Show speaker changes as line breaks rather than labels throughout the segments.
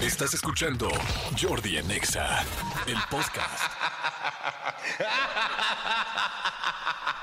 Estás escuchando Jordi en Exa, el podcast.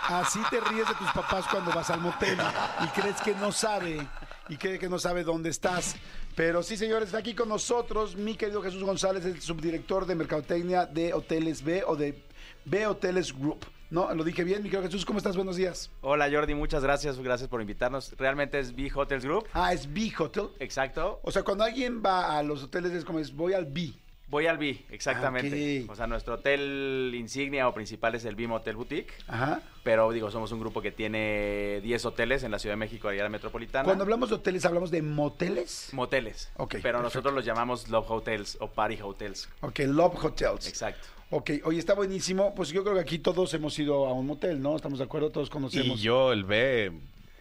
Así te ríes de tus papás cuando vas al motel y crees que no sabe y cree que no sabe dónde estás. Pero sí, señores, está aquí con nosotros mi querido Jesús González, el subdirector de Mercadotecnia de Hoteles B o de B Hoteles Group. No, lo dije bien, mi querido Jesús, ¿cómo estás? Buenos días.
Hola Jordi, muchas gracias, gracias por invitarnos. Realmente es B Hotels Group.
Ah, es B Hotel.
Exacto.
O sea, cuando alguien va a los hoteles es como es, voy al B.
Voy al B, exactamente.
Ah, ok.
O sea, nuestro hotel insignia o principal es el B Motel Boutique.
Ajá.
Pero digo, somos un grupo que tiene 10 hoteles en la Ciudad de México y la metropolitana.
Cuando hablamos de hoteles, ¿hablamos de moteles?
Moteles.
Ok,
Pero
perfecto.
nosotros los llamamos Love Hotels o Party Hotels.
Ok, Love Hotels.
Exacto.
Ok, oye, está buenísimo. Pues yo creo que aquí todos hemos ido a un motel, ¿no? ¿Estamos de acuerdo? Todos
Y
conocemos.
yo el B Eh,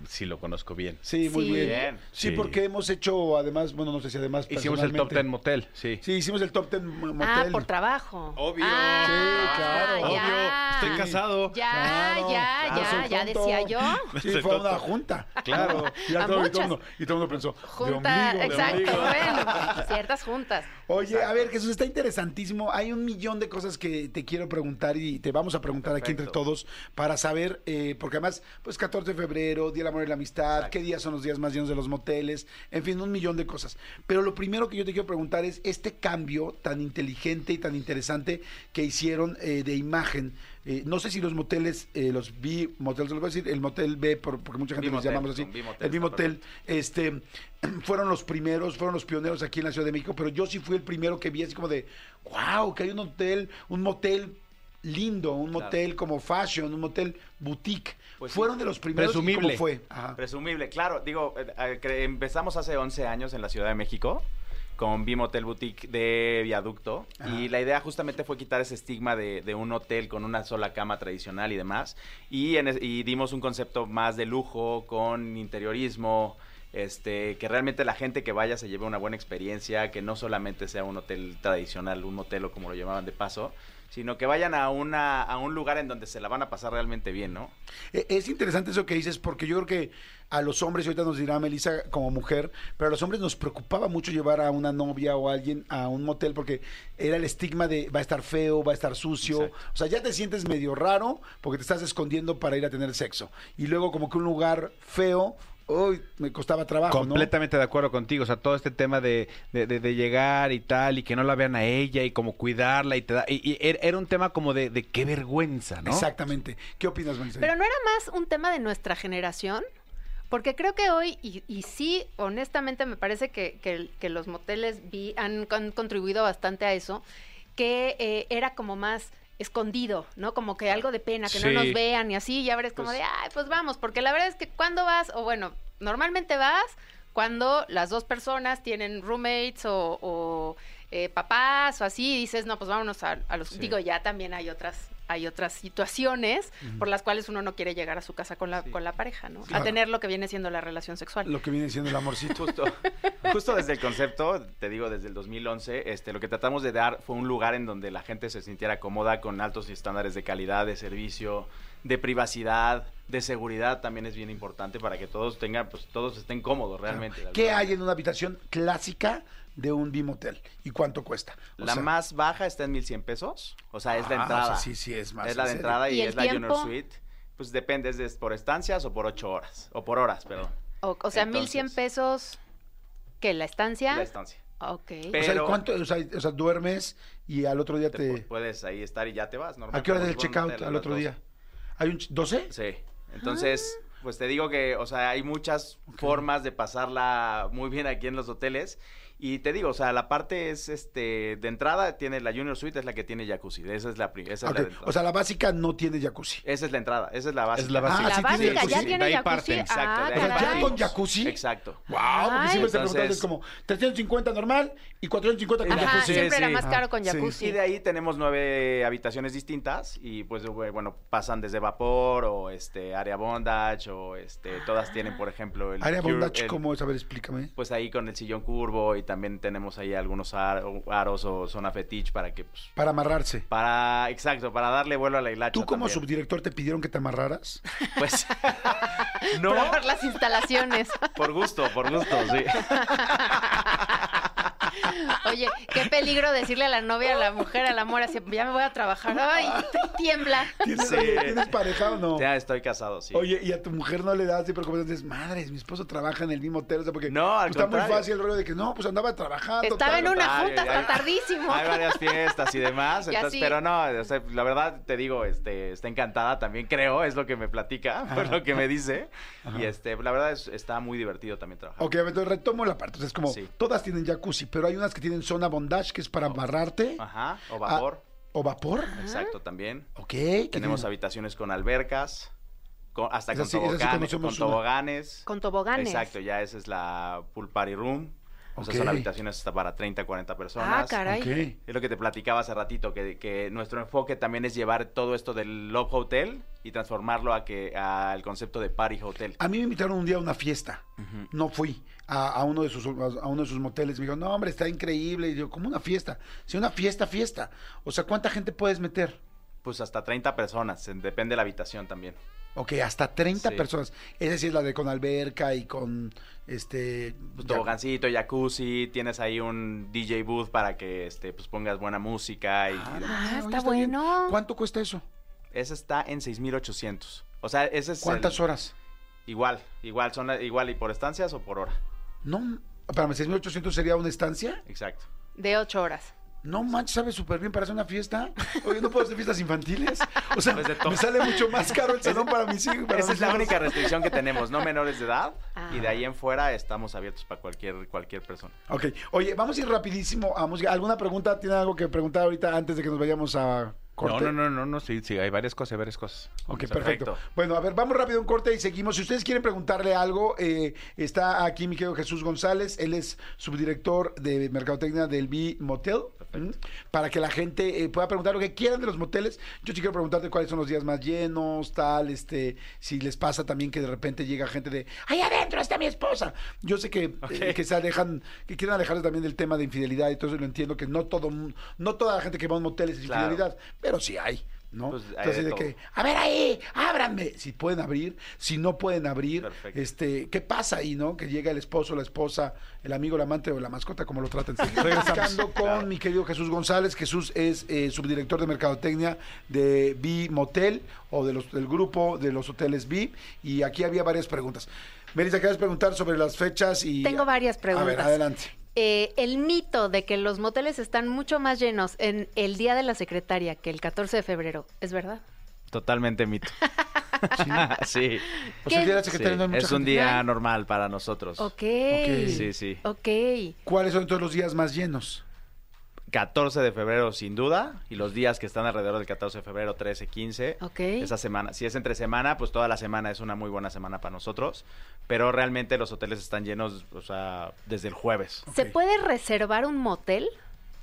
sí lo conozco bien.
Sí, muy
Sí.
bien.
Bien.
Sí,
Sí.
porque hemos hecho, además, bueno, no sé si además.
Hicimos el top
personalmente-
ten motel, sí.
Sí, hicimos el top ten mo- motel.
Ah, por trabajo.
Obvio.
Ah,
Sí, claro.
ya.
Obvio, estoy casado.
Ya,
Claro,
ya,
claro, soy
ya, ya
tonto.
decía yo.
Sí, fue a una junta.
Claro.
Y, ya
A
todo, y, todo
muchas.
el mundo, y todo el mundo pensó. de
Junta,
ombligo, de
exacto,
ombligo.
bueno, pues, ciertas juntas.
Oye, a ver, Jesús, está interesantísimo. Hay un millón de cosas que te quiero preguntar y te vamos a preguntar aquí entre
Perfecto.
todos para saber, eh, porque además, pues 14 de febrero, Día del Amor y la Amistad, qué días son los días más llenos de los moteles, en fin, un millón de cosas. Pero lo primero que yo te quiero preguntar es este cambio tan inteligente y tan interesante que hicieron eh, de imagen. Eh, no sé si los moteles, eh, los B motels, se los voy a decir, el motel B, por- porque mucha gente les
Bimotel,
llamamos así,
son bimotel,
el B
está
motel, este, fueron los primeros, fueron los pioneros aquí en la Ciudad de México, pero yo sí fui el primero que vi así como de, wow, que hay un hotel, un motel lindo, un
Claro.
motel como fashion, un motel boutique.
Pues sí.
fueron de los primeros. ¿y
Presumible.
¿Cómo fue? Ajá.
Presumible, claro. Digo, eh, eh, cre- empezamos hace 11 años en la Ciudad de México con Bim Hotel Boutique de Viaducto. Y la idea justamente fue quitar ese estigma de, de un hotel con una sola cama tradicional y demás. Y, en es- y dimos un concepto más de lujo, con interiorismo. Este, que realmente la gente que vaya se lleve una buena experiencia, que no solamente sea un hotel tradicional, un motel o como lo llamaban de paso, sino que vayan a, una, a un lugar en donde se la van a pasar realmente bien, ¿no?
E- Es interesante eso que dices porque yo creo que a los hombres, y ahorita nos dirá Melissa como mujer, pero a los hombres nos preocupaba mucho llevar a una novia o a alguien a un motel porque era el estigma de va a estar feo, va a estar sucio.
Exacto.
O sea, ya te sientes medio raro porque te estás escondiendo para ir a tener sexo. Y luego como que un lugar feo, uy, me costaba trabajo, ¿no?
Completamente de acuerdo contigo, o sea, todo este tema de, de- de- de llegar y tal, y que no la vean a ella, y como cuidarla, y te da, y, y era era un tema como de, de qué vergüenza, ¿no?
Exactamente. ¿Qué opinas, Melissa?
Pero no era más un tema de nuestra generación, porque creo que hoy, y, y sí, honestamente me parece que, que- que los moteles vi, han, con- contribuido bastante a eso, que eh, era como más escondido, ¿no? Como que algo de pena, que
Sí.
no nos vean y así, ya eres como
Pues-
de, ay, pues vamos, porque la verdad es que cuando vas, o bueno, normalmente vas cuando las dos personas tienen roommates o... o, eh, papás o así, y dices, no, pues vámonos a, a los...
Sí.
Digo, ya también hay otras, hay otras situaciones por las cuales uno no quiere llegar a su casa con la, con la pareja, ¿no?
Claro.
A tener lo que viene siendo la relación sexual.
Lo que viene siendo el amorcito.
Justo, justo desde el concepto, te digo, desde el 2011, este, lo que tratamos de dar fue un lugar en donde la gente se sintiera cómoda con altos estándares de calidad, de servicio, de privacidad, de seguridad también es bien importante para que todos tengan, pues todos estén cómodos realmente. de
¿Qué
alguna
hay
manera.
en una habitación clásica de un bimotel? ¿Y cuánto cuesta? O
La
sea,
más baja está en 1100 pesos, o sea, es la
ah,
entrada.
o sea, sí, sí, es más.
es la de
en serio.
entrada y,
¿Y el
es la Junior
tiempo?
Suite. Pues depende, es de- por estancias o por ocho horas, o por horas, perdón,
O, o sea, mil
Entonces-
cien pesos que la estancia.
la estancia.
Ok.
Pe-
O sea,
Pero-
¿cuánto, o, sea, o sea, duermes y al otro día
Te
te...
pu- puedes ahí estar y ya te vas. normal,
¿A qué hora
como
es el
si fuera un
checkout
hotel, a
al
las
otro
12.
día? ¿Hay un ch- 12?
Sí. Entonces,
Ah.
pues te digo que, o sea, hay muchas formas de pasarla muy bien aquí en los hoteles. Y te digo, o sea, la parte es, este, de entrada tiene la Junior Suite, es la que tiene jacuzzi. Esa es la, pri- esa
Ah, Ok,
es la de entrada.
O sea, la básica no tiene jacuzzi.
esa es la entrada, esa es la base.
Es la base.
Ah,
la
sí tiene
básica ya
jacuzzi.
tiene
De ahí
jacuzzi.
parten.
Exacto,
Ah,
de
O
ahí
sea,
caray.
¿ya con jacuzzi?
Exacto.
¡Wow! Porque siempre
Ay.
te
Entonces-
preguntan, es como 350 normal y 450 con
Ajá,
Ajá,
jacuzzi.
sí,
siempre era
sí.
más caro con
Ah, sí.
jacuzzi.
Y de ahí tenemos nueve habitaciones distintas y pues bueno, pasan desde vapor o este área bondage o este todas tienen, por ejemplo, el
Área
cure-
bondage,
el-
¿cómo es? A ver, explícame.
pues ahí con el sillón curvo y también tenemos ahí algunos ar- aros o zona fetiche para que pues,
Para amarrarse.
para exacto para darle vuelo a la hilacha
¿Tú como
también.
subdirector te pidieron que te amarraras?
pues no
Probar las instalaciones.
por gusto por gusto sí
Oye, qué peligro decirle a la novia, a la mujer, al amor, así, ya me voy a trabajar. Ay, tiembla.
¿Tienes,
Sí.
¿tienes pareja o no?
Ya estoy casado, sí.
Oye, y a tu mujer no le das así preocupaciones, dices, madres, mi esposo trabaja en el mismo hotel, o sea, porque
No, al
pues, está muy
contrario.
fácil el rollo de que no, pues andaba trabajando.
Estaba
tal".
en una
Ay,
junta
ay,
hasta
ay.
tardísimo.
Hay varias fiestas y demás,
Y
entonces,
así.
pero no, o sea, la verdad te digo, este, está encantada también, creo, es lo que me platica, por lo que me dice. Y este, la verdad es- está muy divertido también trabajar.
Ok, a ver, entonces retomo la parte. O sea, es como,
Sí.
todas tienen jacuzzi, pero hay unas que tienen zona bondage, que es para amarrarte.
Ajá,
Ah.
o vapor,
¿O vapor?
exacto, también.
Ok. que
Tenemos
tienen-
habitaciones con albercas, con- hasta
Esa
con
sí- esa sí
toboganes.
conocemos
con
una.
toboganes.
Con toboganes.
Exacto, ya esa es la pool party room. O sea, son
Ok.
habitaciones hasta para 30, 40
Ah,
personas.
caray.
Ok.
Es lo que te platicaba hace ratito, que, que nuestro enfoque también es llevar todo esto del Love Hotel y transformarlo a que al concepto de Party Hotel.
A mí me invitaron un día a una fiesta.
Ujú.
No fui a, a uno de sus, a uno de sus moteles. Me dijo, no, hombre, está increíble. Y yo, ¿cómo una fiesta? Sí, una fiesta, fiesta. O sea, ¿cuánta gente puedes meter?
Pues hasta 30 personas, en- depende de la habitación también.
Ok, hasta 30
Sí.
personas. Esa sí es la de con alberca y con este.
Pues,
ya-
tobogancito, jacuzzi, tienes ahí un DJ booth para que este, pues pongas buena música y, y demás.
Ah,
oye,
está
bien.
bueno.
¿Cuánto cuesta eso?
Ese está en 6800. O sea, ese es el-
¿Cuántas horas?
Igual, igual son la- igual y por estancias o por hora.
No, espérame, 6.800 sería una estancia.
Exacto.
De ocho horas.
No manches, sabe súper bien para hacer una fiesta. Oye, ¿no puedo hacer fiestas infantiles? O sea,
Pues de todo.
me sale mucho más caro el salón para mis hijos. para
Esa
mis
es la
hijos.
única restricción que tenemos, no menores de edad y de
Ah.
ahí en fuera estamos abiertos para cualquier cualquier persona.
Ok, oye, vamos a ir rapidísimo a música. ¿Alguna pregunta? ¿Tiene algo que preguntar ahorita antes de que nos vayamos a corte?
No, no, no, no, no, sí, sí, hay varias cosas, hay varias cosas.
Ok,
Perfecto.
perfecto. Bueno, a ver, vamos rápido a un corte y seguimos. Si ustedes quieren preguntarle algo, eh, está aquí mi querido Jesús González. Él es subdirector de Mercadotecnia del B Motel. ¿m? Para que la gente eh, pueda preguntar lo que quieran de los moteles. Yo sí quiero preguntarte cuáles son los días más llenos, tal, este, si les pasa también que de repente llega gente de, ahí adentro está mi esposa. Yo sé que, eh, que se alejan, que quieren alejarse también del tema de infidelidad, entonces lo entiendo que no todo, mu- no toda la gente que va a un motel es
Claro.
infidelidad, pero sí hay. ¿no?
Pues, hay de
Entonces, de,
todo.
que, a ver ahí, ábranme. Si pueden abrir, si no pueden abrir,
Perfecto.
este, ¿qué pasa ahí, no? Que llega el esposo, la esposa, el amigo, el amante o la mascota, como lo traten. Platicando con mi querido Jesús González. Jesús es eh, subdirector de mercadotecnia de B Motel o de los, del grupo de los hoteles B. Y aquí había varias preguntas. Melissa, querías preguntar sobre las fechas y.
Tengo varias
A ver,
preguntas.
adelante.
Eh, el mito de que los moteles están mucho más llenos en el Día de la Secretaria que el 14 de febrero, ¿es verdad?
Totalmente mito.
O sea,
sí.
Pues el
¿Qué?
día de la
Sí,
secretaria no hay mucha
es un
gente.
día normal para nosotros.
Ok.
Sí, sí.
Ok.
¿Cuáles son todos los días más llenos?
14 de febrero sin duda y los días que están alrededor del 14 de febrero 13, 15.
Ok.
Esa semana, si es entre semana, pues toda la semana es una muy buena semana para nosotros, pero realmente los hoteles están llenos, o sea, desde el jueves.
¿Se
Ok.
puede reservar un motel?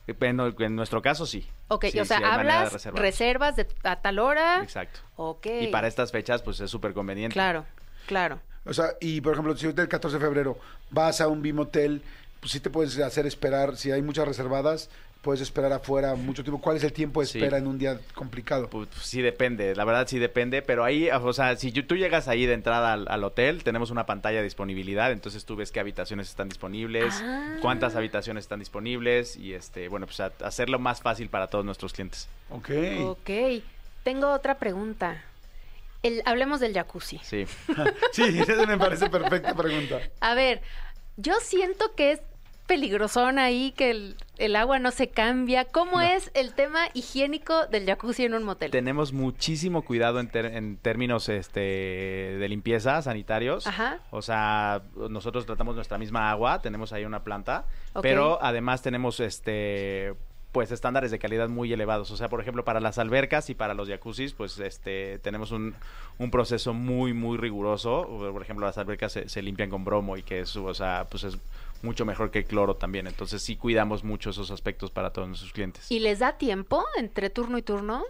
En, en nuestro caso sí.
Ok,
Sí,
o sea,
sí, hay manera de
hablas,
reservar.
reservas de, a tal hora.
Exacto.
Ok.
Y para estas fechas, pues es súper conveniente.
Claro, claro.
O sea, y por ejemplo, si ahorita el 14 de febrero vas a un bimotel, pues sí te puedes hacer esperar, si hay muchas reservadas, puedes esperar afuera mucho tiempo. ¿Cuál es el tiempo de
Sí.
espera en un día complicado?
Pues, sí depende, la verdad sí depende, pero ahí, o sea, si yo- tú llegas ahí de entrada al, al hotel, tenemos una pantalla de disponibilidad, entonces tú ves qué habitaciones están disponibles,
Ah.
cuántas habitaciones están disponibles y, este, bueno, pues a- hacerlo más fácil para todos nuestros clientes.
Ok.
Ok. Tengo otra pregunta. El, hablemos del jacuzzi.
Sí.
Sí, esa me parece perfecta pregunta.
A ver, yo siento que es peligrosón ahí, que el, el agua no se cambia. ¿Cómo es el tema higiénico del jacuzzi en un motel?
Tenemos muchísimo cuidado en, ter- en términos este, de limpieza, sanitarios.
Ajá.
O sea, nosotros tratamos nuestra misma agua, tenemos ahí una planta,
Ok.
pero además tenemos este pues estándares de calidad muy elevados. O sea, por ejemplo, para las albercas y para los jacuzzis, pues este tenemos un, un proceso muy, muy riguroso. Por ejemplo, las albercas se, se limpian con bromo y que es, o sea, pues es mucho mejor que el cloro también. Entonces sí cuidamos mucho esos aspectos para todos nuestros clientes.
¿Y les da tiempo entre turno y turno?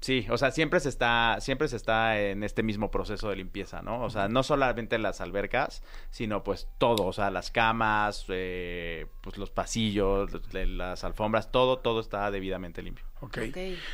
Sí, o sea, siempre se está, siempre se está en este mismo proceso de limpieza, ¿no? O sea, no solamente las albercas, sino pues todo, o sea, las camas, eh, pues los pasillos, de- las alfombras, todo, todo está debidamente limpio.
Ok.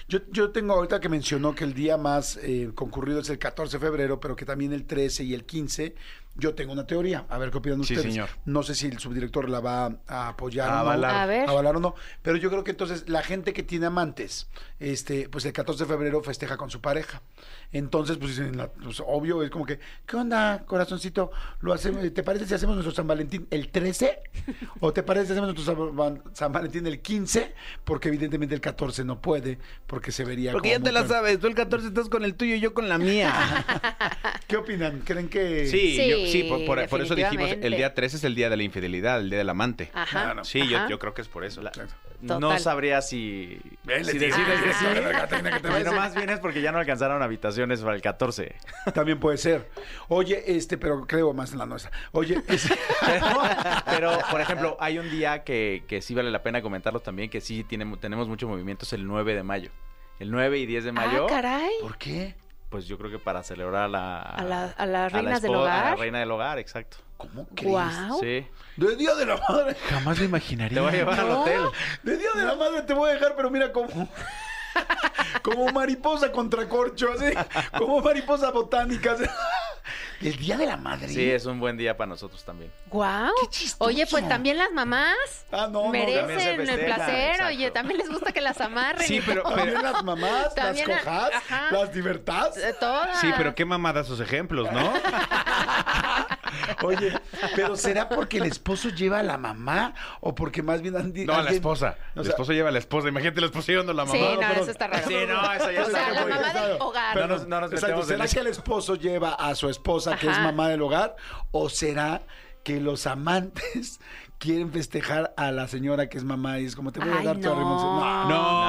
Yo, yo tengo ahorita que mencionó que el día más eh, concurrido es el 14 de febrero, pero que también el 13 y el 15 Yo tengo una teoría, a ver qué opinan
Sí,
ustedes.
señor.
No sé si el subdirector la va a apoyar
A
o no,
avalar.
A ver.
avalar o no, pero yo creo que entonces la gente que tiene amantes, este, pues el 14 de febrero festeja con su pareja. Entonces, pues dicen, la- pues, obvio, es como que, ¿qué onda, corazoncito? Lo hacemos, eh, ¿Te parece si hacemos nuestro San Valentín el 13? ¿O te parece si hacemos nuestro San, Van- San Valentín el 15? Porque evidentemente el 14 no puede, porque se vería
Porque
como
ya te
muy
la
per-
sabes, tú el 14 estás con el tuyo y yo con la mía.
¿Qué opinan? ¿Creen que...?
Sí,
Sí,
yo- sí, por, por- por eso dijimos, el
definitivamente.
día 13 es el día de la infidelidad, el día del amante.
Ajá.
Claro.
Sí, yo,
Ajá.
yo creo que es por eso. La-
No
Total.
sabría si,
Ven, le
si
tienes
decirles
que
que sí.
decir, verga, tenía que
Pero
terminar.
más bien es porque ya no alcanzaron habitaciones para el 14.
También puede ser. Oye, este, pero creo más en la nuestra. Oye, es-
Pero, por ejemplo, hay un día que, que sí vale la pena comentarlo también, que sí tiene- tenemos mucho movimiento, es el 9 de mayo. El 9 y 10 de mayo,
Ah, caray.
¿por qué?
pues yo creo que para celebrar a la...
A la- a las reinas del
esposa- A la
hogar. Oh,
reina del hogar, exacto.
¿Cómo crees?
Guau.
Sí.
De Día de la Madre.
Jamás lo imaginaría.
Te voy a llevar al hotel.
De Día de la Madre te voy a dejar, pero mira como... Como mariposa contra corcho, así. Como mariposa botánica. así. El Día de la Madre.
Sí, es un buen día para nosotros también.
Guau.
Qué chistoso.
Oye, pues también las mamás
Ah, no, no,
también se
merecen el
festeja,
placer,
exacto.
oye, también les gusta que las amarren.
Sí,
y
pero-
todo.
También las mamás,
También
las
la-
cojas,
ajá.
las libertad.
Eh, Todas.
Sí, pero qué mamada sus ejemplos, ¿no?
Oye, pero ¿será porque el esposo lleva a la mamá? ¿O porque más bien han di-
No, a la
alguien-
esposa.
O
El
sea-
esposo lleva a la esposa. Imagínate la esposa llevando a la mamá.
Sí, no,
Perdón, perdón.
eso está raro.
Sí, no, eso ya
o
está
sea, la
muy-
mamá del hogar.
Pero
No nos- no nos
exacto,
metemos en
¿Será
eso.
que el esposo lleva a su esposa, que es
Ajá.
mamá del hogar, o será que los amantes quieren festejar a la señora que es mamá y es como te voy a
Ay,
dar tu
no.
arremoncito?
No,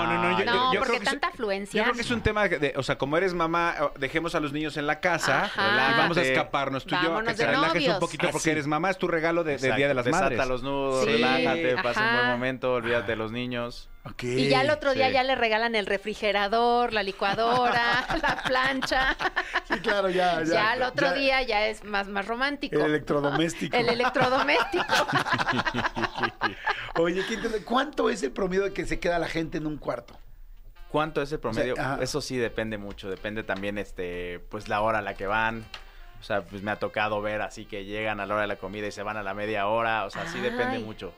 no, no. Yo,
No,
yo- yo
porque
creo que es-
tanta
Yo
afluencia.
creo que es un tema de, o sea, como eres mamá, eh, dejemos a los niños en la casa
Ajá.
y vamos a
Relájate.
escaparnos tú y yo, a que
Vámonos
te
de
relajes un
novios.
poquito
Ah,
porque
sí.
eres mamá, es tu regalo de, de
Exacto.
Día de las
Desata
Madres.
los nudos,
Sí,
relájate, pasa un buen
ajá.
momento, olvídate de los niños.
Ok.
Y ya el otro día
Sí.
ya le regalan el refrigerador, la licuadora, la plancha.
Ah,
Sí, claro, ya. Ya,
Ya, el otro
ya.
día ya es más, más romántico.
El electrodoméstico.
El electrodoméstico.
Oye, ¿qué interesante. ¿cuánto es el promedio de que se queda la gente en un cuarto?
¿Cuánto es el promedio?
O sea, ajá.
Eso sí depende mucho, depende también este, pues la hora a la que van. O sea, pues me ha tocado ver así que llegan a la hora de la comida y se van a la media hora. O sea, sí depende
Ay.
mucho.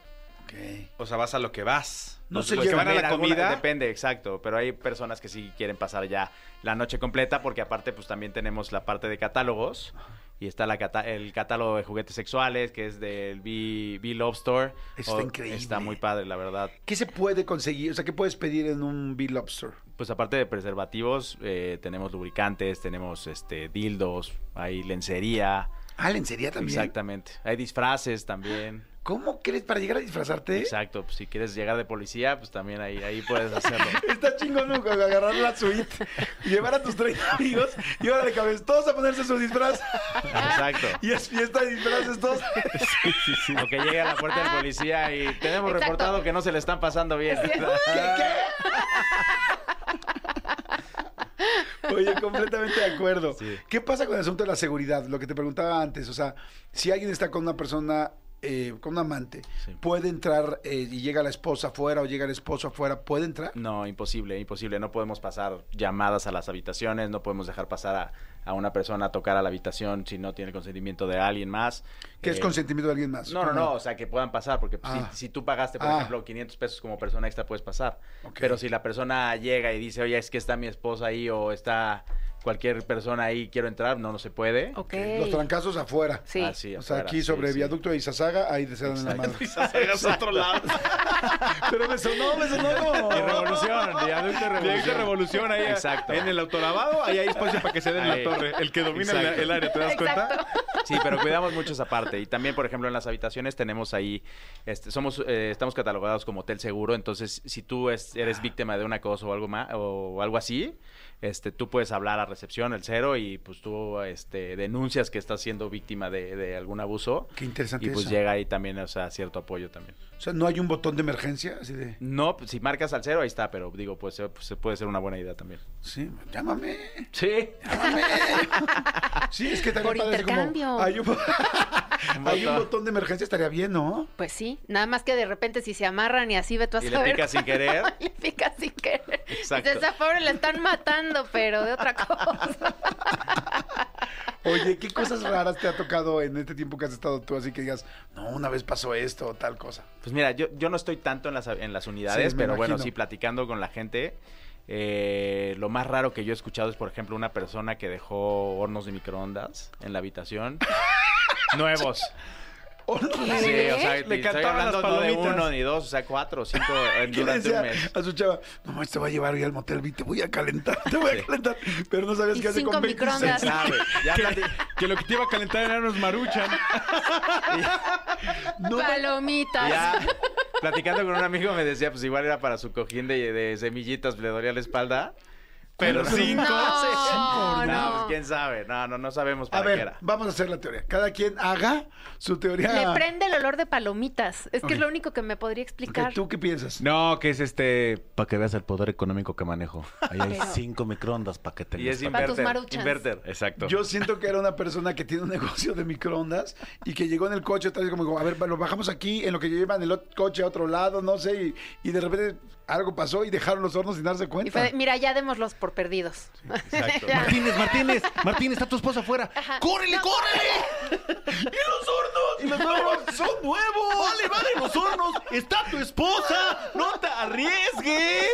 Ok.
O sea, vas a lo que vas.
No
Los-
se
los que
llevan
van a la
Alguna-
comida.
depende, exacto. Pero hay personas que sí quieren pasar ya la noche completa porque aparte pues también tenemos la parte de catálogos. Y está la cata- el catálogo de juguetes sexuales, que es del B, B Love Store.
Eso está increíble.
Está muy padre, la verdad.
¿Qué se puede conseguir? O sea, ¿qué puedes pedir en un B-Lobster?
Pues aparte de preservativos, eh, tenemos lubricantes, tenemos este dildos, hay lencería.
Ah, lencería también.
Exactamente. Hay disfraces también.
¿Cómo crees para llegar a disfrazarte?
Exacto. Pues si quieres llegar de policía, pues también ahí, ahí puedes hacerlo.
Está chingón ¿no? agarrar la suite, llevar a tus 30 amigos y ahora de cabeza todos a ponerse su disfraz.
Exacto.
Y es fiesta de disfraces todos.
O que llegue a la puerta del policía y tenemos
Exacto.
reportado que no se le están pasando bien.
Oye, completamente de acuerdo.
Sí.
¿Qué pasa con el asunto de la seguridad? Lo que te preguntaba antes, o sea, si alguien está con una persona, eh, con un amante,
Sí.
¿puede entrar eh, y llega la esposa afuera o llega el esposo afuera? ¿Puede entrar?
No, imposible, imposible. No podemos pasar llamadas a las habitaciones, no podemos dejar pasar a, a una persona a tocar a la habitación si no tiene el consentimiento de alguien más.
¿Qué es
Eh,
consentimiento de alguien más?
No, no, no, o sea, que puedan pasar, porque pues,
Ah.
si, si tú pagaste, por
Ah.
ejemplo, 500 pesos como persona extra, puedes pasar.
Ok.
Pero si la persona llega y dice, oye, es que está mi esposa ahí o está cualquier persona ahí, quiero entrar, no, no se puede.
ok.
Los trancazos afuera.
Sí.
Así,
O sea,
afuera,
aquí
sí,
sobre
sí.
viaducto de Izazaga, ahí te se dan en la madre.
otro lado.
Pero me sonó, me sonó
Y revolución, viaducto y
Directo
revolución.
revolución ahí.
Exacto.
En el autolavado, ahí hay espacio para que se den
Ahí.
la torre. El que domina el-
Exacto.
el área, ¿te das cuenta?
Exacto.
Sí, pero cuidamos mucho esa parte. Y también, por ejemplo, en las habitaciones tenemos ahí, este, somos, eh, estamos catalogados como hotel seguro. Entonces, si tú es- eres víctima de un acoso o algo más, o algo así, este, tú puedes hablar a recepción, el cero, y pues tú este, denuncias que estás siendo víctima de, de algún abuso.
Qué interesante
Y pues
eso.
llega ahí también, o sea, cierto apoyo también.
O sea, no hay un botón de emergencia, así de,
No, pues, si marcas al cero, ahí está, pero digo, pues, eh, pues, puede ser una buena idea también.
sí, llámame,
Sí.
llámame. Sí, es que también
Por
padre, así como,
intercambio.
hay un, hay un
botón.
botón de emergencia, estaría bien, ¿no?
Pues sí, nada más que de repente si se amarran y así ve tú a
Y le
saber
picas sin
cuál-
querer.
le pica sin querer.
Exacto.
Dices, "A esa pobre la están matando, pero de otra cosa.
Oye, ¿qué cosas raras te ha tocado en este tiempo que has estado tú? Así que digas, no, una vez pasó esto o tal cosa.
Pues mira, yo, yo no estoy tanto en las, en las unidades,
Sí, me
pero bueno,
imagino.
sí, platicando con la gente. eh, lo más raro que yo he escuchado es, por ejemplo, una persona que dejó hornos de microondas en la habitación. Nuevos.
O no,
Sí, o sea,
Le
estoy
cantaban
hablando
las
no de
palomitas.
uno ni dos, o sea, cuatro o cinco eh,
¿Qué le
durante
decía
un mes.
a su chava? No, manches, te voy a llevar hoy al motel, vi, te voy a calentar, te voy a calentar. Pero no sabías
Y
qué hace con
cinco
26.
microondas.
Claro, ya
que,
plati-
que lo que te iba a calentar eran los maruchan.
No,
Palomitas.
Ya, platicando con un amigo me decía, pues igual era para su cojín de, de semillitas, le dolía la espalda. Pero cinco. No,
No,
pues
no.
quién sabe. No, no, no sabemos
A
para qué
ver,
era.
vamos a hacer la teoría. Cada quien haga su teoría.
Le prende el olor de palomitas. Es que
Ok.
es lo único que me podría
Ok,
explicar.
¿Tú qué piensas?
No, que es este. Para que veas el poder económico que manejo. Ahí hay
Pero-
cinco microondas para que te
Y es
los-
Para tus
inverter.
maruchans.
Inverter.
Exacto.
Yo siento que era una persona que tiene un negocio de microondas y que llegó en el coche otra vez como dijo, a ver, lo bajamos aquí, en lo que llevan el ot- coche a otro lado, no sé, y, y de repente algo pasó y dejaron los hornos sin darse
Y
cuenta.
fue de, mira, ya démoslos por perdidos.
Exacto.
Martínez, Martínez, Martínez, está tu esposa afuera.
Ajá.
¡Córrele, córrele!
¡Y los hornos son nuevos!
¡Vale, vale, los hornos! ¡Está tu esposa! ¡No te arriesgues!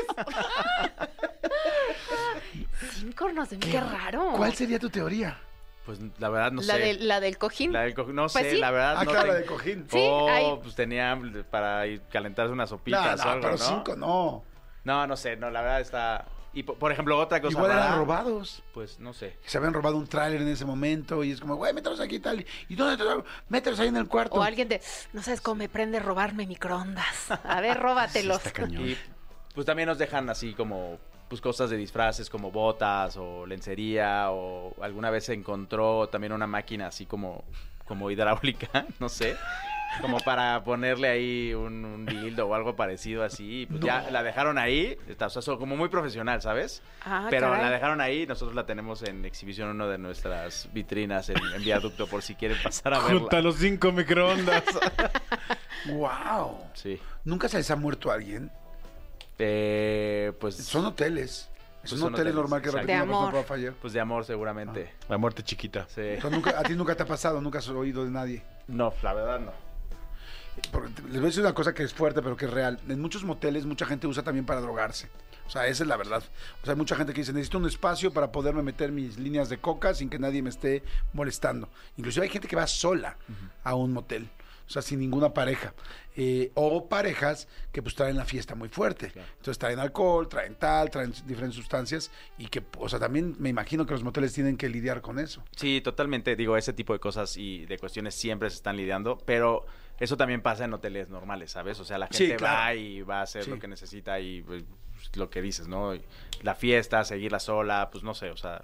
Cinco hornos de mí, qué raro.
¿Cuál sería tu teoría?
Pues la verdad no
la,
sé.
del, la del cojín.
La del cojín. No
Pues
sé,
sí.
la verdad
Ah,
no
claro, la de
tengo-
cojín.
Sí,
o
hay-
pues tenía para ir calentarse unas
No,
sopitas
no,
o algo,
pero
¿no?
cinco no.
No, no sé, no, la verdad está... Y po- por ejemplo, otra cosa
Igual
rara,
eran robados.
Pues no sé.
Se habían robado un tráiler en ese momento y es como, güey, mételos aquí y tal. ¿Y dónde te lo- Mételos ahí en el cuarto.
O alguien de, no sabes cómo me prende robarme microondas. A ver, róbatelos.
Está cañón.
Y pues también nos dejan así como pues cosas de disfraces como botas o lencería o alguna vez se encontró también una máquina así como como hidráulica, no sé, como para ponerle ahí un, un dildo o algo parecido así, y pues ya la dejaron ahí, está o sea, so- como muy profesional, ¿sabes?
Ah,
Pero
caray.
la dejaron ahí, nosotros la tenemos en exhibición en una de nuestras vitrinas en, en viaducto por si quieren pasar a
Junta
verla.
los cinco microondas.
¡Wow!
Sí.
¿Nunca se les ha muerto alguien?
Eh, pues
Son hoteles.
Pues
Son,
son
hoteles
hoteles,
normal que de
exacto.
repente
De
una persona
amor.
pueda fallar.
pues de amor seguramente.
Ah, La muerte chiquita.
Sí.
Entonces, nunca- a ti nunca te ha pasado, nunca has oído de nadie.
No, la verdad no.
Porque te- les voy a decir una cosa que es fuerte, pero que es real. En muchos moteles mucha gente usa también para drogarse. O sea, esa es la verdad. O sea, hay mucha gente que dice, necesito un espacio para poderme meter mis líneas de coca sin que nadie me esté molestando. Inclusive hay gente que va sola a un motel. O sea, sin ninguna pareja. Eh, o parejas que pues traen la fiesta muy fuerte. Entonces traen alcohol, traen tal, traen diferentes sustancias. Y que, o sea, también me imagino que los moteles tienen que lidiar con eso.
Sí, totalmente. Digo, ese tipo de cosas y de cuestiones siempre se están lidiando, pero eso también pasa en hoteles normales, ¿sabes? O sea, la
Sí,
gente va
claro.
y va a hacer
Sí.
lo que necesita y pues, lo que dices, ¿no? Y La fiesta, seguirla sola, pues no sé, o sea,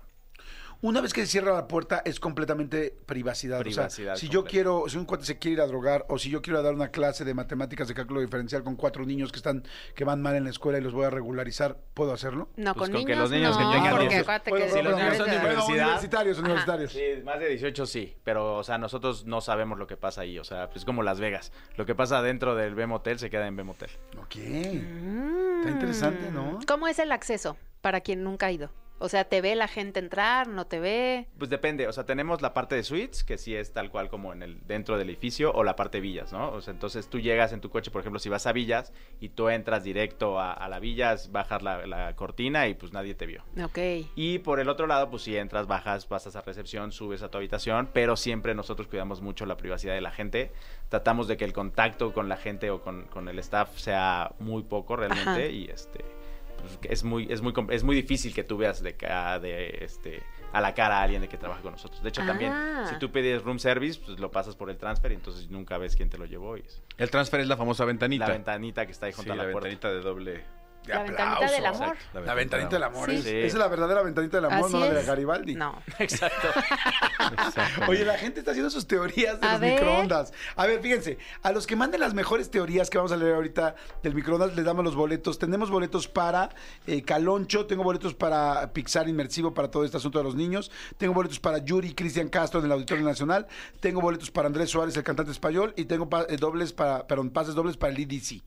Una vez que se cierra la puerta es completamente privacidad. o sea,
Privacidad
si yo
completa.
quiero, si un cuate se quiere ir a drogar o si yo quiero dar una clase de matemáticas de cálculo diferencial con cuatro niños que están que van mal en la escuela y los voy a regularizar, ¿puedo hacerlo?
No,
Pues
con,
con
niños,
que los niños que
no,
tengan
porque
diez-
acuérdate
Bueno,
que
si
bueno,
los
bueno,
niños
menores
son
de edad.
bueno,
universidad.
universitarios, universitarios.
Sí, más de 18 sí, pero o sea, nosotros no sabemos lo que pasa ahí, o sea, pues, es como Las Vegas. Lo que pasa dentro del B Motel se queda en B Motel.
Ok.
Mm.
Está interesante, ¿no?
¿Cómo es el acceso para quien nunca ha ido? O sea, ¿te ve la gente entrar? ¿No te ve?
Pues depende, o sea, tenemos la parte de suites, que sí es tal cual como en el dentro del edificio, o la parte de villas, ¿no? O sea, entonces tú llegas en tu coche, por ejemplo, si vas a villas y tú entras directo a, a la villas, bajas la, la cortina y pues nadie te vio.
Ok.
Y por el otro lado, pues si entras, bajas, pasas a recepción, subes a tu habitación, pero siempre nosotros cuidamos mucho la privacidad de la gente. Tratamos de que el contacto con la gente o con, con el staff sea muy poco realmente
Ajá.
y este pues, que es muy es muy com- es muy difícil que tú veas de ca- de este a la cara a alguien de que trabaja con nosotros. De hecho también
Ah.
si tú pides room service, pues lo pasas por el transfer y entonces nunca ves quién te lo llevó y es
El transfer es la famosa ventanita.
la ventanita que está ahí
Sí,
junto a
la,
la, puerta.
ventanita de doble.
De
La ventanita
aplauso.
del amor.
Exacto,
La ventanita del amor.
Sí.
es-
Sí.
Esa es la verdadera ventanita del amor,
Así
no la de
es.
Garibaldi.
No.
Exacto.
Exacto.
Oye, la gente está haciendo sus teorías de
A
los
ver.
microondas. A ver, fíjense, a los que manden las mejores teorías que vamos a leer ahorita del microondas, les damos los boletos. Tenemos boletos para eh, Caloncho, tengo boletos para Pixar Inmersivo para todo este asunto de los niños, tengo boletos para Yuri Cristian Castro en el Auditorio Nacional, tengo boletos para Andrés Suárez, el cantante español, y tengo pa- eh, dobles para, perdón, pases dobles para el IDC.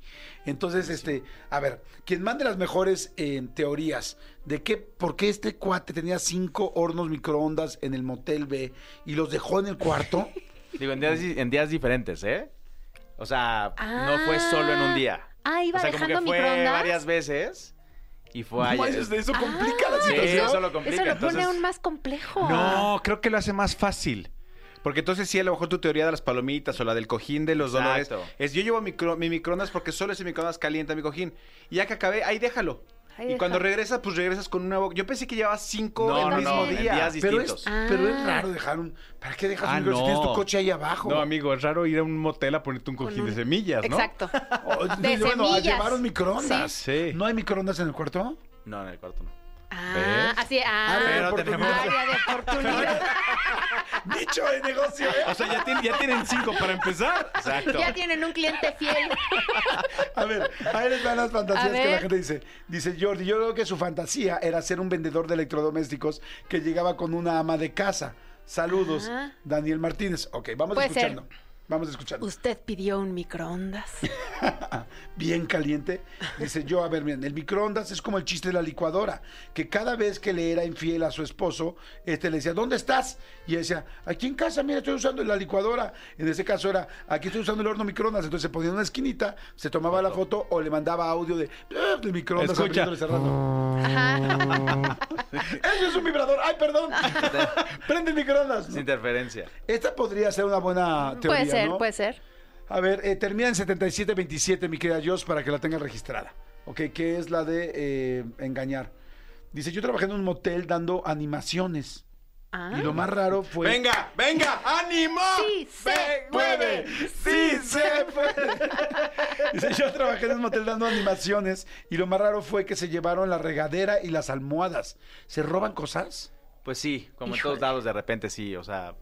Entonces, este, a ver, quien Alemán de las mejores eh, teorías de que por qué este cuate tenía cinco hornos microondas en el motel B y los dejó en el cuarto.
Digo, en días, en días diferentes, ¿eh? O sea, no fue solo en un día.
Ah, iba
o sea,
dejando
como que fue
microondas.
varias veces y fue
No
ayer.
manches,
Ah.
eso complica la
Sí,
situación.
eso lo complica.
Eso lo pone
entonces,
aún más complejo.
No, creo que lo hace más fácil. Porque entonces sí, a lo mejor tu teoría de las palomitas o la del cojín de los
Exacto.
dolores es yo llevo micro- mi microondas porque solo ese microondas calienta mi cojín. Y ya que acabé, ahí déjalo.
Ahí
y
deja.
cuando regresas, pues regresas con un nuevo... Yo pensé que llevabas cinco
No,
el
no,
mismo
no, en
día.
días
Pero es,
distintos.
pero es
Ah.
raro dejar un. ¿Para qué dejas
Ah,
un micro si tienes
no.
tu coche ahí abajo?
No, amigo, es raro ir a un motel a ponerte un
Con
cojín
un-
de semillas, ¿no?
Exacto.
O-
De
Oh, bueno,
semillas.
llevaron microondas.
Sí.
¿No hay microondas en el cuarto?
No, en el cuarto no.
Ah,
¿Ves?
así,
Área de
ah,
pero tenemos-
área de oportunidad.
Dicho de negocio, ¿eh?
O sea, ya, tienen- ya tienen cinco para empezar.
Exacto.
Ya tienen un cliente fiel.
A ver, ahí les van las
A
fantasías que la
ver.
gente dice. Dice Jordi, yo creo que su fantasía era ser un vendedor de electrodomésticos que llegaba con una ama de casa. Saludos,
Ajá.
Daniel Martínez. Ok, vamos
Puede
escuchando. Vamos escuchando.
Usted pidió un microondas.
bien caliente. Dice yo, a ver, miren, el microondas es como el chiste de la licuadora, que cada vez que le era infiel a su esposo, este le decía, ¿dónde estás? Y ella decía, aquí en casa, mira, estoy usando la licuadora. En ese caso era, aquí estoy usando el horno microondas. Entonces se ponía en una esquinita, se tomaba la foto o le mandaba audio de, "Ah, el microondas
Escucha.
abriéndolo y cerrando.
Ajá.
Eso es un vibrador, ay, perdón. Prende el microondas.
Sin interferencia.
Esta podría ser una buena Ah, teoría,
Puede ser,
¿no?
puede ser.
A ver, eh, termina en 7727, mi querida Joss, para que la tenga registrada. Ok, que es la de eh, engañar. Dice, yo trabajé en un motel dando animaciones.
Ah.
Y lo más raro fue...
Venga, venga, ánimo.
Sí se puede.
¡Sí se puede! Dice, yo trabajé en un motel dando animaciones y lo más raro fue que se llevaron la regadera y las almohadas. ¿Se roban cosas?
Pues sí, como en
Híjole.
todos lados de repente sí, o sea...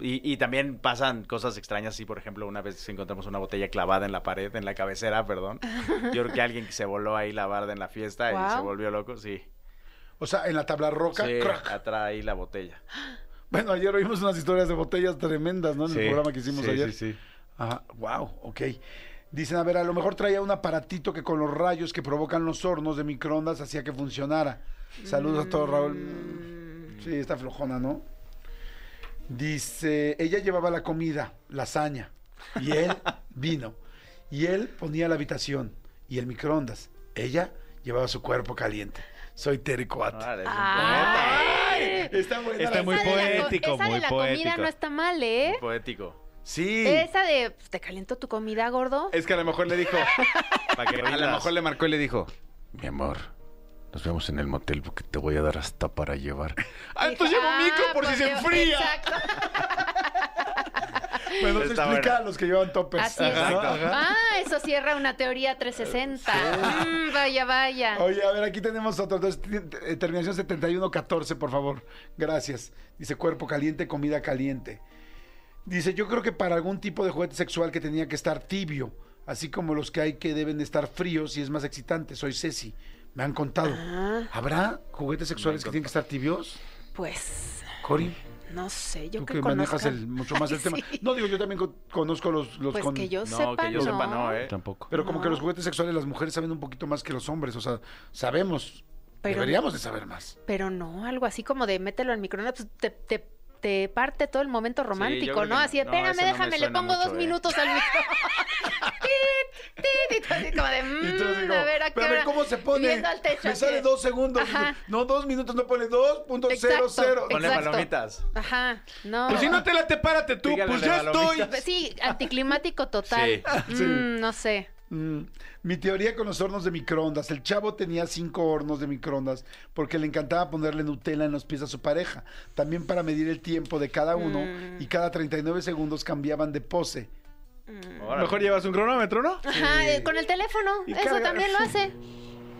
Y, y también pasan cosas extrañas, sí, por ejemplo, una vez encontramos una botella clavada en la pared, en la cabecera, perdón. Yo creo que alguien se voló ahí la barda en la fiesta y se
Guau.
volvió loco, sí.
O sea, en la tabla roca,
Sí,
crack.
atrae la botella.
Bueno, ayer oímos unas historias de botellas tremendas, ¿no? En el programa que hicimos
sí,
ayer.
Sí, sí.
Ajá, wow, ok. Dicen, a ver, a lo mejor traía un aparatito que con los rayos que provocan los hornos de microondas hacía que funcionara. Saludos a todos, Raúl. Mm, Sí, está flojona, ¿no? Dice, ella llevaba la comida, lasaña, y él vino. Y él ponía la habitación y el microondas. Ella llevaba su cuerpo caliente. Soy Terry Coate.
Órale, es un
Ah, Ay.
Está buena
Está
la-
muy
Esa de la co-
poético,
esa
muy
de la comida
poético.
no está mal, ¿eh?
poeta Poético.
Sí.
Esa de, pues, ¿te calentó tu comida, gordo?
Es que a lo mejor le dijo,
Para que
a lo
rindas.
mejor le marcó y le dijo,
Mi amor, nos vemos en el motel porque te voy a dar hasta para llevar.
ah,
Dijo,
entonces llevo
ah,
micro por si
pues
se
llevo-
enfría.
Exacto.
Bueno, se
Está
explica
buena.
a los que llevan toppers.
Así es.
Pues, Ajá, ajá.
Ah, eso cierra una teoría 360. Mm, vaya, vaya.
Oye, a ver, aquí tenemos otro. Entonces, ti- eh, terminación 7114, por favor. Gracias. Dice cuerpo caliente, comida caliente. Dice, yo creo que para algún tipo de juguete sexual que tenía que estar tibio, así como los que hay que deben de estar fríos y es más excitante. Soy Ceci. Me han contado.
Ah.
¿Habrá juguetes sexuales que tienen que estar tibios?
Pues,
Cori,
no sé, yo
tú
creo
que manejas
conozcan.
el, mucho más el
Sí.
tema. No, digo, yo también co- conozco los, los
Pues
con-
que yo
No,
sepa,
que yo sepa no, ¿eh?
Tampoco.
Pero como que
No.
los juguetes sexuales las mujeres saben un poquito más que los hombres. O sea, sabemos.
Pero-
Deberíamos de saber más.
Pero no, algo así como de mételo al microondas, pues, te, te- te parte todo el momento
yo
romántico,
creo
¿no?
que
Así, de,
no,
espérame,
ese no me
déjame, le
suena
pongo
mucho,
dos
¿eh?
minutos al microondas. Tit, tit, y tú así como de,
Y tú así
"Mm,
como,
a ver, ¿a qué
"Pero a ver,
hora?".
¿cómo se
Y
pone?
viendo al techo,
Me
así de-
sale dos segundos.
Ajá.
No, dos minutos, no pone 2.00.
Exacto,
Ponle
exacto.
palomitas.
Ajá, no.
Pues si no te late, párate tú.
Dígale
pues
de
ya
palomitas.
estoy.
Pues Sí, anticlimático total.
Sí.
Mm, no sé.
Mm, Mi teoría con los hornos de microondas. El chavo tenía cinco hornos de microondas porque le encantaba ponerle Nutella en los pies a su pareja. También para medir el tiempo de cada uno
Mm.
y cada 39 segundos cambiaban de pose.
Mm.
Órale.
Mejor llevas un cronómetro, ¿no?
Ajá, eh, con el teléfono,
Y
eso
carga-
también lo hace.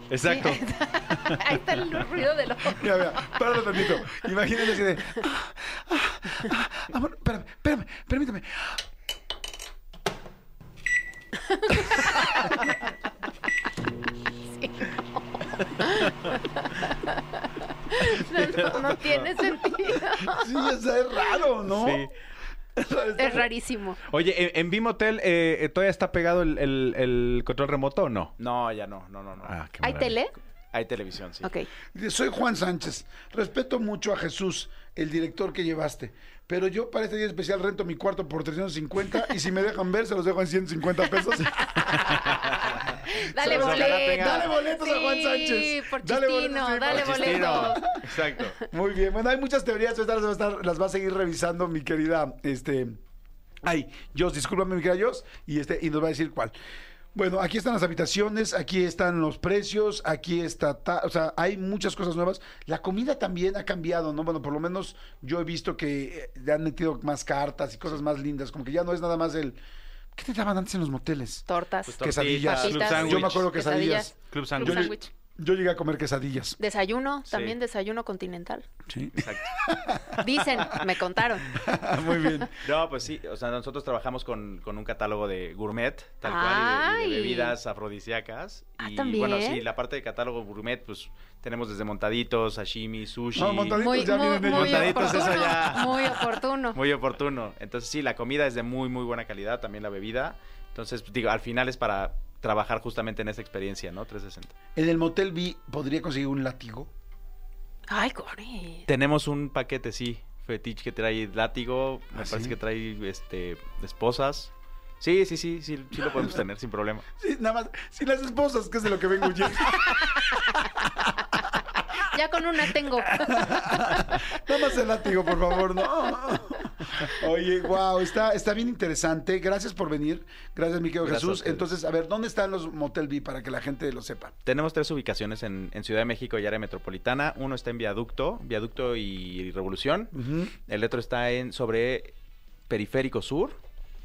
Exacto.
Sí, ahí está- ahí está el ruido del ojo.
Mira, mira, páralo tantito. Imagínate así de. "Ah, ah, ah, amor, espérame, espérame, permítame.
No, no, no tiene sentido.
Sí, o sea, es raro, ¿no?
Sí.
Es rarísimo.
Oye, ¿en- ¿en Bimotel eh, todavía está pegado el, el- el control remoto o no?
No, ya no, no, no, no.
Ah, qué
¿Hay
maravilla.
tele?
Hay televisión, sí.
Ok.
Dice, Soy Juan Sánchez. Respeto mucho a Jesús, el director que llevaste. Pero yo para este día especial rento mi cuarto por 350 y si me dejan ver, se los dejo en 150 pesos.
Dale
Ojalá
boleto.
tenga-
Dale boletos a Juan
Sí,
Sánchez.
por
Dale boletos,
chistino,
sí, por
dale
chistino.
boleto.
Exacto.
Muy bien. Bueno, hay muchas teorías. Estas las va a, estar- las va a seguir revisando mi querida. Este, ay, Jos, discúlpame, mi querida Jos. Y, este, y nos va a decir cuál. Bueno, aquí están las habitaciones, aquí están los precios, aquí está, ta- o sea, hay muchas cosas nuevas. La comida también ha cambiado, ¿no? Bueno, por lo menos yo he visto que eh, le han metido más cartas y cosas más lindas, como que ya no es nada más el... ¿Qué te daban antes en los moteles?
Tortas.
Pues
Quesadillas.
Papitas.
Yo me acuerdo quesadillas.
Club
Club
Sándwich.
sándwich.
Yo llegué a comer quesadillas.
Desayuno, también
Sí.
desayuno continental.
Sí.
Dicen, me contaron.
Ah, Muy bien.
No, pues sí, o sea, nosotros trabajamos con, con un catálogo de gourmet, tal cual, y de- y de,
Ay.
bebidas afrodisíacas.
Ah,
y
¿también?
bueno, sí, la parte de catálogo gourmet, pues tenemos desde montaditos, sashimi, sushi.
No, montaditos.
Muy,
ya
muy,
vienen ellos.
muy
Montaditos, eso
oportuno.
ya.
Muy oportuno.
Muy oportuno. Entonces, sí, la comida es de muy, muy buena calidad, también la bebida. Entonces, digo, al final es para trabajar justamente en esa experiencia, ¿no? 360.
En el motel vi, ¿podría conseguir un látigo?
Ay, Cori.
Tenemos un paquete, sí, fetiche que trae látigo, me
¿Ah,
parece
sí?
que trae este esposas. Sí, sí, sí, sí, sí lo podemos tener sin problema.
Sí, nada más, sin las esposas, que es de lo que vengo huyendo.
Ya con una tengo.
Nada más el látigo, por favor, no. Oye, wow, está, está bien interesante. Gracias por venir. Gracias, mi querido
Gracias a
Jesús.
ustedes.
Entonces, a ver, ¿dónde están los Motel B para que la gente lo sepa?
Tenemos tres ubicaciones en, en Ciudad de México y área metropolitana. Uno está en Viaducto, Viaducto y Revolución. El otro está en sobre Periférico Sur,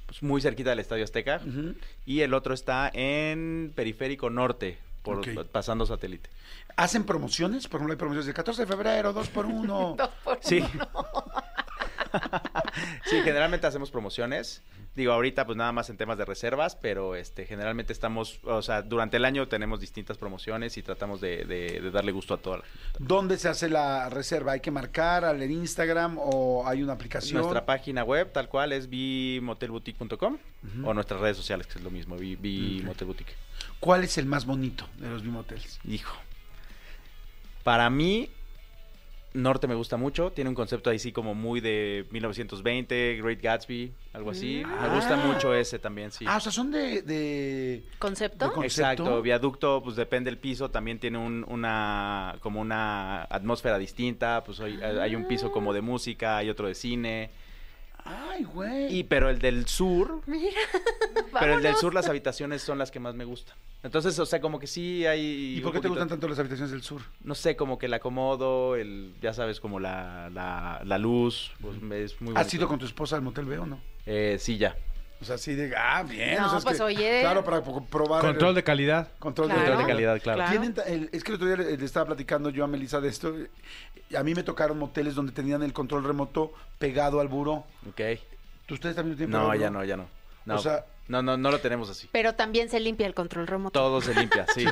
pues, muy cerquita del Estadio Azteca.
Ujú.
Y el otro está en Periférico Norte, por,
Ok.
pasando satélite.
¿Hacen promociones? Por ejemplo, hay promociones de 14 de febrero, 2 por 1
Sí. sí, generalmente hacemos promociones. Digo, ahorita pues nada más en temas de reservas, pero este generalmente estamos, o sea, durante el año tenemos distintas promociones y tratamos de, de- de darle gusto a toda la
¿Dónde se hace la reserva? ¿Hay que marcar al en Instagram o hay una aplicación?
Nuestra página web, tal cual, es bimotelboutique.com o nuestras redes sociales, que es lo mismo, Bi- bimotelboutique.
¿Cuál es el más bonito de los Bimotels?
Hijo. Para mí, Norte me gusta mucho. Tiene un concepto ahí sí como muy de 1920, Great Gatsby, algo así. Me gusta
Ah.
mucho ese también, sí.
Ah, o sea, son de- de
¿Concepto?
De con- ¿concepto?
Exacto, viaducto, pues depende del piso, también tiene un- una como una atmósfera distinta, pues hay, hay un piso como de música, hay otro de cine,
Ay, güey.
y pero el del sur,
Mira.
Pero el del
vámonos.
sur, las habitaciones son las que más me gustan. Entonces, o sea, como que sí hay.
¿Y, por
un
qué te
poquito-
gustan tanto las habitaciones del sur?
No sé, como que el acomodo, el, ya sabes, como la, la, la luz. Pues, es muy
¿Has
bonito.
ido con tu esposa al motel B o no?
Eh, sí, ya.
O sea, sí de, ah, bien.
No,
o sea, es
pues,
que-
oye.
Claro, para po- probar. el-
Control de calidad.
control
Claro.
Control de calidad, claro.
Claro.
Tienen ta- el- es que el otro día le, le estaba platicando yo a Melissa de esto. y A mí me tocaron moteles donde tenían el control remoto pegado al buró.
Ok.
¿Tú- ¿Ustedes también lo tienen pegado
No,
al
ya
buró?
no, ya no. No,
O sea-
no, no, no lo tenemos así.
Pero también se limpia el control remoto.
Todo se limpia, sí.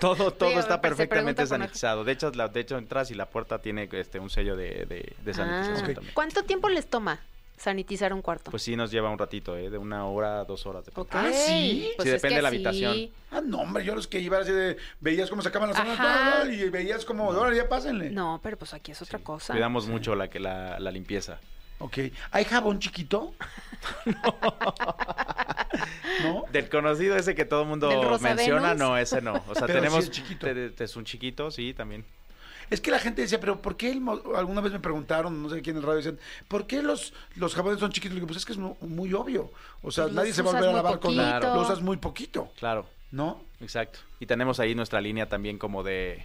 todo todo
Oye,
está
pues, se pregunta
perfectamente
por-
sanitizado. De hecho, la, de hecho, entras y la puerta tiene este un sello de, de, de sanitización
Ah.
también.
¿Cuánto tiempo les toma sanitizar un cuarto?
Pues sí, nos lleva un ratito, ¿eh? De una hora, a dos horas. depende.
Ok.
Ah, ¿sí?
Pues
Sí,
es
depende
que
de la habitación.
sí.
Ah, no, hombre, yo los que iba así de. Veías cómo sacaban las zonas
Ajá.
ah, y veías como, ahora ya pásenle.
No, pero pues aquí es otra cosa.
Cuidamos mucho la, que la, la limpieza.
Ok. ¿Hay jabón chiquito? no.
Del conocido ese que todo el mundo
¿Del Rosavenus?
menciona, no, ese no. O
Pero
sea,
sí
tenemos.
es chiquito.
te- te- es un chiquito, sí, también.
Es que la gente decía, pero ¿por qué el mo- alguna vez me preguntaron, no sé quién en el radio decían, ¿por qué los, los jabones son chiquitos? Le digo, pues es que es mu- muy, obvio. O sea,
Pues Los
nadie se va a
usas
volver a
muy
lavar con
poquito.
lo usas muy poquito,
Claro,
¿no?
exacto. Y tenemos ahí nuestra línea también como de.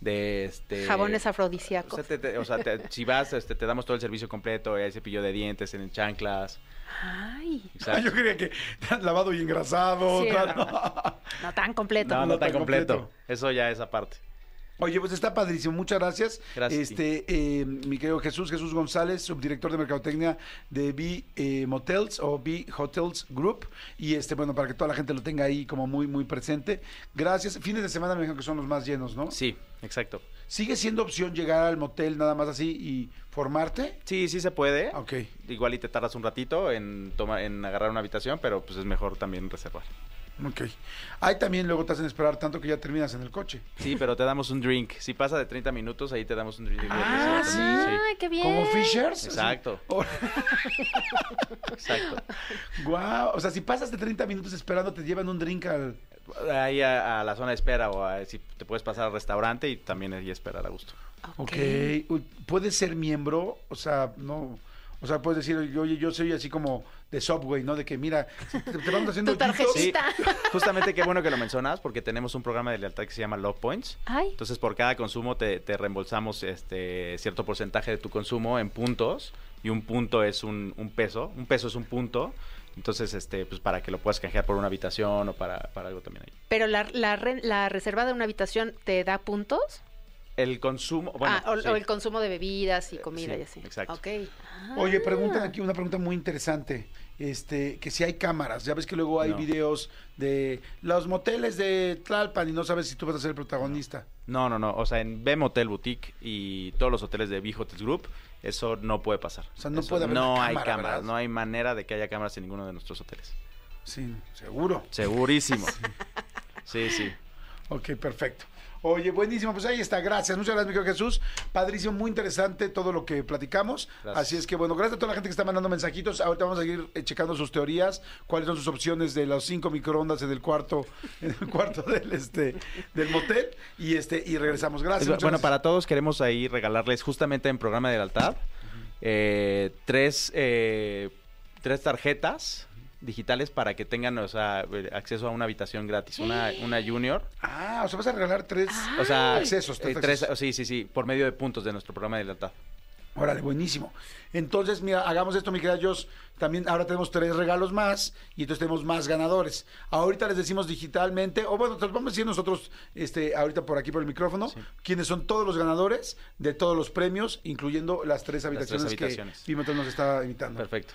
de este, O
Jabones
sea,
afrodisíacos.
te- te- o sea, te- si vas, este, te damos todo el servicio completo. eh, Hay cepillo de dientes, en chanclas.
Ay,
Ah,
Exacto.
yo creía que lavado y engrasado.
Sí,
tal,
no.
¿no?
no tan completo.
No,
no
no tan
tan
completo.
completo.
Eso ya es aparte.
Oye, pues está padrísimo. Muchas gracias.
Gracias a ti.
Este, eh, mi querido Jesús, Jesús González, subdirector de mercadotecnia de B eh, Motels o B Hotels Group. Y este, bueno, para que toda la gente lo tenga ahí como muy, muy presente. Gracias. Fines de semana me dijeron que son los más llenos, ¿no?
Sí, exacto.
¿Sigue siendo opción llegar al motel nada más así y formarte?
Sí, sí se puede.
Ah, Ok.
Igual y te tardas un ratito en, toma- en agarrar una habitación, pero pues es mejor también reservar.
Ok. Ahí también luego te hacen esperar tanto que ya terminas en el coche.
Sí, pero te damos un drink. Si pasa de 30 minutos, ahí te damos un drink. de
Ah,
reserva
sí.
también.
Ay, qué bien.
Como Fishers.
Exacto. Exacto.
Wow. O sea, si pasas de 30 minutos esperando, te llevan un drink al.
Ahí a, a la zona de espera o a- si te puedes pasar al restaurante y también ahí esperar a gusto.
Ok. Uy, ¿Puedes ser miembro? O sea, no. O sea, puedes decir, oye, yo soy así como de Subway, ¿no? De que, mira, te, te vamos haciendo
Tu tarjetita.
ojitos.
Sí. Está.
Justamente qué bueno que lo mencionas porque tenemos un programa de lealtad que se llama Love Points.
Ay.
Entonces por cada consumo te, te reembolsamos este cierto porcentaje de tu consumo en puntos y un punto es un, un peso, un peso es un punto. Entonces, este, pues para que lo puedas canjear por una habitación o para, para algo también ahí.
Pero la, la, re- la reserva de una habitación te da puntos.
El consumo, bueno,
ah, o,
sí.
o el consumo de bebidas y comida
sí,
y así.
exacto.
Ok. Ah.
Oye, preguntan aquí una pregunta muy interesante. Este, que si hay cámaras, ya ves que luego hay
No.
videos de los moteles de Tlalpan y no sabes si tú vas a ser el protagonista.
No, no, no. O sea, en B Motel Boutique y todos los hoteles de B Hotels Group, eso no puede pasar.
O sea, no
Eso
puede haber
No
una
hay
cámara,
cámaras,
¿verdad?
no hay manera de que haya cámaras en ninguno de nuestros hoteles.
Sí, seguro.
Segurísimo. sí, sí.
Ok, perfecto. Oye, buenísimo, pues ahí está, gracias, muchas gracias, mi querido Jesús. Padrísimo, muy interesante todo lo que platicamos.
Gracias.
Así es que, bueno, gracias a toda la gente que está mandando mensajitos. Ahorita vamos a seguir eh, checando sus teorías, cuáles son sus opciones de los cinco microondas en el cuarto, en el cuarto del este del motel. Y este, y regresamos. Gracias.
bueno,
muchas gracias.
para todos queremos ahí regalarles justamente en programa de lealtad eh, tres, eh, tres tarjetas digitales para que tengan o sea, acceso a una habitación gratis, una, una junior.
Ah, o sea, vas a regalar tres.
O sea,
Ay. Accesos, tres
eh, tres-
accesos.
sí, sí, sí, por medio de puntos de nuestro programa de lealtad.
Órale, buenísimo. Entonces, mira, hagamos esto, mi querida Josh. También ahora tenemos tres regalos más y entonces tenemos más ganadores. Ahorita les decimos digitalmente, o bueno, te los vamos a decir nosotros este, ahorita por aquí por el micrófono, quiénes son todos los ganadores de todos los premios, incluyendo las tres habitaciones,
habitaciones.
que Bimotel nos está invitando.
Perfecto.